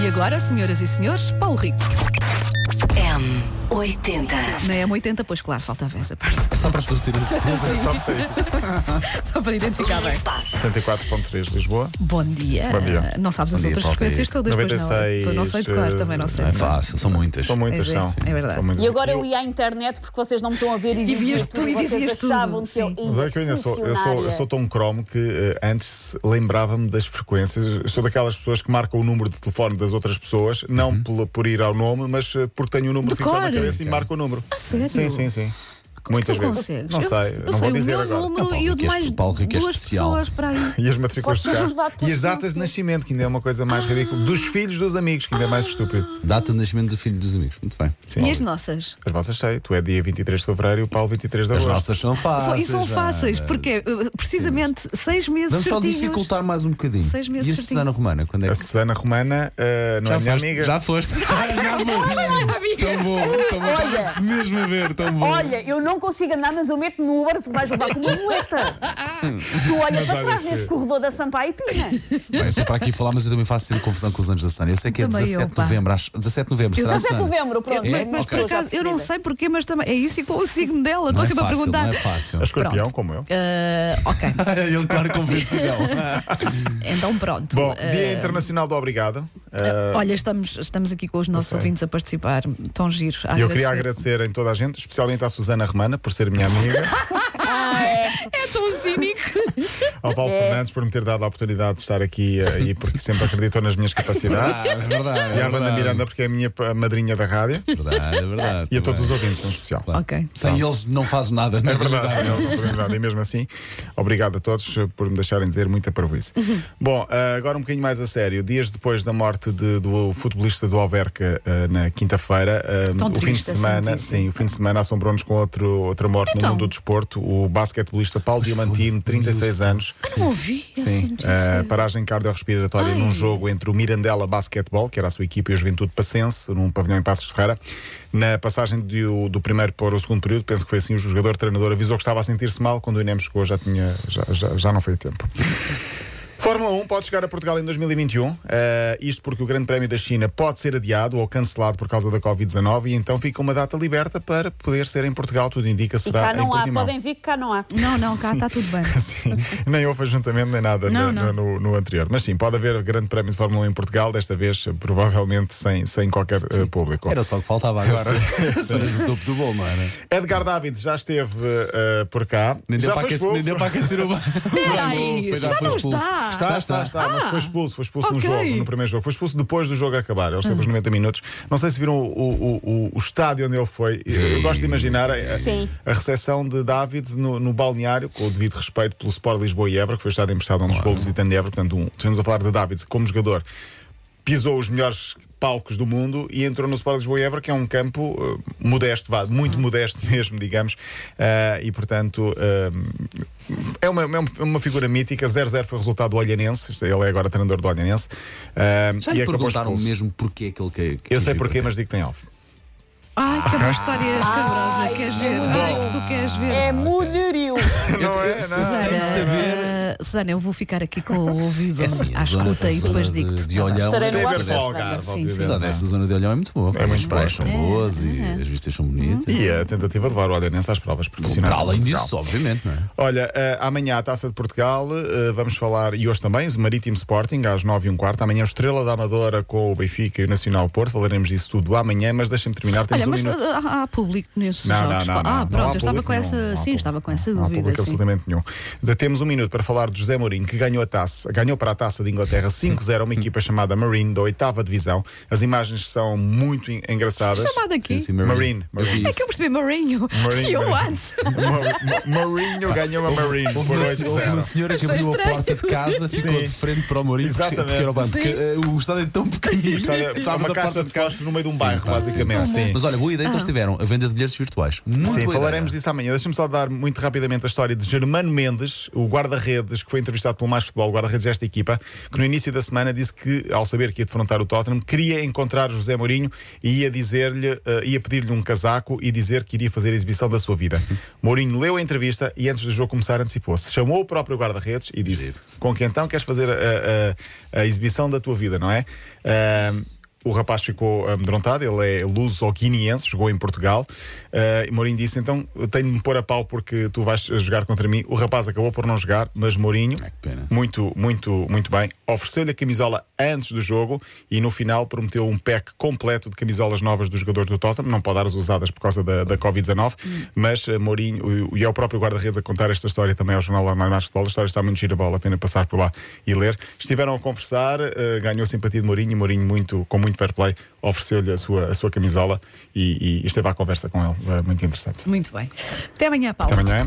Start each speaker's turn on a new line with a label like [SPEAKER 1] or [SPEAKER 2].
[SPEAKER 1] E agora, senhoras e senhores, Paulo Rico.
[SPEAKER 2] M80.
[SPEAKER 1] Na M80, é pois claro, faltava essa parte.
[SPEAKER 3] Só para as pessoas terem certeza.
[SPEAKER 4] Só para ir.
[SPEAKER 1] Só para identificar bem.
[SPEAKER 4] 104.3 Lisboa.
[SPEAKER 1] Bom dia.
[SPEAKER 4] Bom dia.
[SPEAKER 1] Não sabes as
[SPEAKER 3] dia,
[SPEAKER 1] outras
[SPEAKER 3] Paulo
[SPEAKER 1] frequências
[SPEAKER 3] Rico.
[SPEAKER 1] todas, pois não.
[SPEAKER 4] 96,
[SPEAKER 1] Tu não sei de cor, também não sei
[SPEAKER 3] Não
[SPEAKER 4] eh,
[SPEAKER 3] é
[SPEAKER 1] de cor.
[SPEAKER 3] fácil, são muitas.
[SPEAKER 4] São muitas,
[SPEAKER 1] Pois é,
[SPEAKER 4] são.
[SPEAKER 1] é verdade.
[SPEAKER 4] São muitas.
[SPEAKER 5] E agora eu ia à internet porque vocês não me estão a ver e, dizia
[SPEAKER 1] vias tu e
[SPEAKER 5] vocês
[SPEAKER 1] dizias tudo,
[SPEAKER 5] achavam que eu
[SPEAKER 1] sim.
[SPEAKER 5] ia
[SPEAKER 4] Mas é que eu ainda sou, eu sou, eu sou tão cromo que eh, antes lembrava-me das frequências. Eu Sou daquelas pessoas que marcam o número de telefone das outras pessoas, não
[SPEAKER 3] Uhum.
[SPEAKER 4] pela- por, ir ao nome, mas eh, porque tenho o
[SPEAKER 1] De
[SPEAKER 4] número fixado na
[SPEAKER 1] cor? Ah,
[SPEAKER 4] cabeça e marco o número.
[SPEAKER 1] sério?
[SPEAKER 4] Sim, sim, sim. Muitas
[SPEAKER 1] Como é que
[SPEAKER 4] vezes.
[SPEAKER 1] consegues?
[SPEAKER 4] Não
[SPEAKER 1] Eu-
[SPEAKER 4] sei,
[SPEAKER 1] eu
[SPEAKER 4] não
[SPEAKER 1] sei
[SPEAKER 4] vou
[SPEAKER 1] o
[SPEAKER 4] dizer
[SPEAKER 1] meu
[SPEAKER 4] agora.
[SPEAKER 1] número
[SPEAKER 3] Não,
[SPEAKER 1] e o
[SPEAKER 3] Paulo
[SPEAKER 1] de
[SPEAKER 3] Rico é
[SPEAKER 1] mais
[SPEAKER 3] este- Paulo Rico é
[SPEAKER 1] duas
[SPEAKER 3] especial.
[SPEAKER 1] pessoas para aí.
[SPEAKER 4] E as matrículas de
[SPEAKER 5] Posso
[SPEAKER 4] carro.
[SPEAKER 5] ajudar pela
[SPEAKER 4] E as datas de
[SPEAKER 5] ciência?
[SPEAKER 4] nascimento, que ainda é uma coisa
[SPEAKER 5] Ah.
[SPEAKER 4] mais ridícula. Dos filhos dos amigos, que ainda é mais estúpido.
[SPEAKER 3] Data de nascimento do filho dos amigos. Muito bem.
[SPEAKER 4] Sim.
[SPEAKER 1] E as nossas?
[SPEAKER 4] As vossas sei, tu é dia 23 de Fevereiro e o Paulo 23 de
[SPEAKER 3] As
[SPEAKER 4] Agosto.
[SPEAKER 3] nossas são
[SPEAKER 1] Só-
[SPEAKER 3] fáceis.
[SPEAKER 1] e são
[SPEAKER 3] Ana.
[SPEAKER 1] fáceis, porque eh, precisamente seis meses
[SPEAKER 3] Vamos só
[SPEAKER 1] certinhos.
[SPEAKER 3] dificultar mais um bocadinho.
[SPEAKER 1] Seis meses
[SPEAKER 3] e a
[SPEAKER 1] certinho.
[SPEAKER 3] Susana Romana, quando é
[SPEAKER 4] A
[SPEAKER 3] que.
[SPEAKER 4] Susana Romana eh, não é minha
[SPEAKER 3] foste,
[SPEAKER 4] amiga.
[SPEAKER 3] já foste. já
[SPEAKER 1] é
[SPEAKER 3] vou. Tão bom, tão bom. Estava-se mesmo a ver, tão bom.
[SPEAKER 5] Olha, eu não consigo andar, mas eu meto no Uber, tu vais levar com uma muleta. tu olha para
[SPEAKER 4] olha
[SPEAKER 5] trás
[SPEAKER 4] que-
[SPEAKER 5] nesse corredor da Sampaio Pina.
[SPEAKER 3] Bem, estou para aqui falar, mas eu também faço sempre confusão com os anos da Susana. Eu sei que é
[SPEAKER 1] Também eu,
[SPEAKER 3] 17 de
[SPEAKER 1] pá.
[SPEAKER 3] novembro. Acho, 17 de novembro, será
[SPEAKER 5] 17 de
[SPEAKER 3] Susana?
[SPEAKER 5] novembro, pronto.
[SPEAKER 3] É?
[SPEAKER 1] Mas, mas
[SPEAKER 3] Ok.
[SPEAKER 1] por acaso, eu não sei porquê, mas também é isso e com o signo dela.
[SPEAKER 3] Não
[SPEAKER 1] Estou
[SPEAKER 3] é
[SPEAKER 1] sempre a
[SPEAKER 3] fácil,
[SPEAKER 1] perguntar.
[SPEAKER 3] Não é fácil.
[SPEAKER 4] A escorpião,
[SPEAKER 1] Pronto.
[SPEAKER 4] como eu.
[SPEAKER 1] Eh, ok,
[SPEAKER 3] Ele, claro, convencidão.
[SPEAKER 1] então pronto.
[SPEAKER 4] Bom,
[SPEAKER 1] Eh,
[SPEAKER 4] Dia Internacional do Obrigado. Eh,
[SPEAKER 1] Olha, estamos, estamos aqui com os nossos
[SPEAKER 4] sei.
[SPEAKER 1] ouvintes a participar. Tão giro. Ah, a
[SPEAKER 4] e eu queria agradecer em toda a gente, especialmente à Susana Romana por ser minha amiga,
[SPEAKER 1] É tão cínico.
[SPEAKER 4] ao Paulo Fernandes por me ter dado a oportunidade de estar aqui eh, e porque sempre acreditou nas minhas capacidades,
[SPEAKER 3] é verdade.
[SPEAKER 4] e à Amanda Miranda porque é a minha pa- madrinha da rádio,
[SPEAKER 3] É verdade, é verdade.
[SPEAKER 4] e a todos os ouvintes, em especial.
[SPEAKER 1] ok.
[SPEAKER 3] Sem eles não faz nada, na
[SPEAKER 4] É verdade, não, não estou lembrado. E mesmo assim, obrigado a todos eh, por me deixarem dizer muita parvoíce. Bom, eh, agora um bocadinho mais a sério. Dias depois da morte de- do futebolista do Alverca eh, na quinta-feira, eh,
[SPEAKER 1] Tão
[SPEAKER 4] o fim de
[SPEAKER 1] triste,
[SPEAKER 4] semana,
[SPEAKER 1] assim,
[SPEAKER 4] sim, o fim de semana assombrou-nos com outro, outra morte
[SPEAKER 1] Então?
[SPEAKER 4] no mundo do desporto. O basquetebolista Paulo Diamantino, 36 anos.
[SPEAKER 1] Não ouvi.
[SPEAKER 4] Sim, eh,
[SPEAKER 5] é
[SPEAKER 4] a paragem cardiorrespiratória
[SPEAKER 1] Ai.
[SPEAKER 4] num jogo entre o Mirandela Basquetebol, que era a sua equipa, e o Juventude Passense, num pavilhão em Passos de Ferreira. Na passagem do, do primeiro para o segundo período, penso que foi assim, o jogador-treinador avisou que estava a sentir-se mal, quando o Inem chegou já, tinha, já, já, já não foi a tempo. Fórmula 1 pode chegar a Portugal em 2021, eh, isto porque o Grande Prémio da China pode ser adiado ou cancelado por causa da Covid-19 e então fica uma data liberta para poder ser em Portugal, tudo indica
[SPEAKER 5] E
[SPEAKER 4] será
[SPEAKER 5] cá
[SPEAKER 4] em
[SPEAKER 5] não há,
[SPEAKER 4] Portimão.
[SPEAKER 5] podem vir que cá não há.
[SPEAKER 1] Não, não, cá está tudo bem.
[SPEAKER 4] Sim, nem houve ajuntamento nem nada
[SPEAKER 1] Não, não.
[SPEAKER 4] na- No, no anterior. Mas sim, pode haver grande prémio de Fórmula 1 em Portugal, desta vez eh, provavelmente sem, sem qualquer eh, público.
[SPEAKER 3] Era só o que faltava agora. Era do topo do bolo, não era?
[SPEAKER 4] Edgar David já esteve eh, por cá.
[SPEAKER 3] Nem deu,
[SPEAKER 4] já
[SPEAKER 3] para
[SPEAKER 4] foi
[SPEAKER 3] aquecer,
[SPEAKER 4] expulso.
[SPEAKER 3] nem deu para aquecer o banco.
[SPEAKER 1] Peraí, já não está.
[SPEAKER 4] Está, está, está, mas foi expulso, foi expulso no
[SPEAKER 1] Ah. ok. Hum.
[SPEAKER 4] jogo, no primeiro jogo. Foi expulso depois do jogo acabar. Ele esteve os 90 minutos. Não sei se viram o, o, o- o estádio onde ele foi. Eu gosto de imaginar eh, a, a-
[SPEAKER 5] Sim.
[SPEAKER 4] a recepção de David no, no balneário, com o devido respeito pelo Sport Lisboa e Évora, que foi o estádio emprestado a um dos golos e de Évora. Portanto, um, estamos a falar de David como jogador. Pisou os melhores palcos do mundo e entrou no Sport Lisboa e Évora, que é um campo eh, modesto, vá,
[SPEAKER 3] Uhum.
[SPEAKER 4] muito modesto mesmo, digamos. Ah, e, portanto, ah, é uma, é uma- uma figura mítica. 0-0 foi o resultado do Olhanense. Isto é, Ele é agora treinador do Olhanense. Ah,
[SPEAKER 3] Já
[SPEAKER 4] e
[SPEAKER 3] lhe
[SPEAKER 4] acabou
[SPEAKER 3] perguntaram
[SPEAKER 4] expulso.
[SPEAKER 3] mesmo porquê aquele que. que
[SPEAKER 4] Eu
[SPEAKER 3] quis ir
[SPEAKER 4] sei porquê,
[SPEAKER 3] para
[SPEAKER 4] mas digo que tem alvo.
[SPEAKER 1] Ai, que uma história escabrosa. Queres ver? Ai, que tu queres ver.
[SPEAKER 4] Ah,
[SPEAKER 5] É mulherio.
[SPEAKER 4] Não é? Não.
[SPEAKER 1] Susana, eh, Susana, eu vou ficar aqui com o ouvido
[SPEAKER 3] assim,
[SPEAKER 1] à
[SPEAKER 3] a
[SPEAKER 1] Ah,
[SPEAKER 3] zona-
[SPEAKER 1] escuta
[SPEAKER 3] a
[SPEAKER 1] e
[SPEAKER 3] zona
[SPEAKER 1] depois
[SPEAKER 3] de-
[SPEAKER 1] digo-te.
[SPEAKER 3] de
[SPEAKER 1] tá bem?
[SPEAKER 3] olhão
[SPEAKER 5] Estarei
[SPEAKER 3] é
[SPEAKER 5] no
[SPEAKER 4] Tem a ver
[SPEAKER 3] muito
[SPEAKER 4] com o
[SPEAKER 5] Algarve.
[SPEAKER 4] Algarve,
[SPEAKER 1] Sim, sim.
[SPEAKER 3] Toda
[SPEAKER 4] obviamente.
[SPEAKER 3] essa zona de olhão é muito boa.
[SPEAKER 4] muito
[SPEAKER 3] as praias são
[SPEAKER 4] boa.
[SPEAKER 3] boas
[SPEAKER 1] É,
[SPEAKER 3] e as vistas são bonitas.
[SPEAKER 4] E a tentativa de levar o Olhanense às provas
[SPEAKER 1] Uhum.
[SPEAKER 4] profissionais.
[SPEAKER 3] Para além
[SPEAKER 4] de
[SPEAKER 3] disso, obviamente, não é?
[SPEAKER 4] Olha, eh, amanhã a Taça de Portugal, eh, vamos falar, e hoje também, o Marítimo Sporting, às 9 e um quarto. Amanhã o Estrela da Amadora com o Benfica e o Nacional Porto. Falaremos disso tudo amanhã, mas deixem-me terminar. Temos
[SPEAKER 1] Olha,
[SPEAKER 4] um
[SPEAKER 1] mas
[SPEAKER 4] minuto.
[SPEAKER 1] ah, há, há público nesses
[SPEAKER 4] Não,
[SPEAKER 1] jogos.
[SPEAKER 4] não, não,
[SPEAKER 1] ah,
[SPEAKER 4] não.
[SPEAKER 1] pronto,
[SPEAKER 4] Não há
[SPEAKER 1] eu estava
[SPEAKER 4] público
[SPEAKER 1] com essa.
[SPEAKER 4] nenhum, não há
[SPEAKER 1] sim,
[SPEAKER 4] público.
[SPEAKER 1] estava com essa
[SPEAKER 4] Não há
[SPEAKER 1] dúvida.
[SPEAKER 4] público
[SPEAKER 1] sim.
[SPEAKER 4] absolutamente nenhum. Ainda Temos um minuto para falar de José Mourinho, que ganhou, a taça, ganhou para a taça de Inglaterra 5-0 a uma equipa chamada Marine, da oitava divisão. As imagens são muito en- engraçadas.
[SPEAKER 1] Chamada aqui.
[SPEAKER 4] Marine,
[SPEAKER 3] Eu vi
[SPEAKER 4] Marine.
[SPEAKER 1] É que eu percebi Marinho.
[SPEAKER 4] Marinho,
[SPEAKER 1] E eu
[SPEAKER 4] Marinho.
[SPEAKER 1] antes.
[SPEAKER 4] Ma- Ma- Mourinho ganhou a Marine por
[SPEAKER 3] Houve uma, houve uma
[SPEAKER 4] 8-0.
[SPEAKER 3] senhora que
[SPEAKER 1] Achei
[SPEAKER 3] abriu a
[SPEAKER 1] estranho.
[SPEAKER 3] porta de casa, ficou
[SPEAKER 4] Sim.
[SPEAKER 3] de frente para o Mourinho, porque-
[SPEAKER 4] Exatamente.
[SPEAKER 3] porque era o banco.
[SPEAKER 1] Sim.
[SPEAKER 3] Porque, eh, o estádio é tão pequenino.
[SPEAKER 4] Está
[SPEAKER 3] Estávamos
[SPEAKER 4] uma
[SPEAKER 3] à
[SPEAKER 4] caixa
[SPEAKER 3] porta
[SPEAKER 4] de carros no meio de um bairro,
[SPEAKER 3] pá,
[SPEAKER 4] basicamente. Sim.
[SPEAKER 3] Mas olha, boa ideia que eles tiveram, a venda de bilhetes virtuais. Muito
[SPEAKER 4] Sim,
[SPEAKER 3] boa
[SPEAKER 4] falaremos
[SPEAKER 3] ideia.
[SPEAKER 4] disso amanhã. Deixa-me só dar muito rapidamente a história de Germano Mendes, o guarda-redes Fernandes, que foi entrevistado pelo Mais Futebol, guarda-redes desta equipa, que no início da semana disse que, ao saber que ia defrontar o Tottenham, queria encontrar José Mourinho e ia dizer-lhe, eh, ia pedir-lhe um casaco e dizer que iria fazer a exibição da sua vida. Mourinho leu a entrevista e antes do jogo começar antecipou-se. Chamou o próprio guarda-redes e disse: Com que então queres fazer a, a- a exibição da tua vida, não é? Ah, o rapaz ficou amedrontado, ele é luso-guineense, jogou em Portugal. Eh, e Mourinho disse: Então eu tenho de me pôr a pau porque tu vais eh, jogar contra mim. O rapaz acabou por não jogar, mas Mourinho,
[SPEAKER 3] Ah, que pena.
[SPEAKER 4] muito, muito, muito bem, ofereceu-lhe a camisola antes do jogo e no final prometeu um pack completo de camisolas novas dos jogadores do Tottenham. Não pode dar as usadas por causa da, da Covid-19, mas eh, Mourinho, e e é o próprio guarda-redes a contar esta história também ao jornal Online Mais Futebol. A história está muito gira, vale a pena passar por lá e ler. Estiveram a conversar, eh, ganhou a simpatia de Mourinho e Mourinho, muito, com muito fair play, ofereceu-lhe a sua, a sua camisola e, e esteve à conversa com ele. Era É muito interessante.
[SPEAKER 1] Muito bem. Até amanhã, Paulo.
[SPEAKER 4] Até amanhã.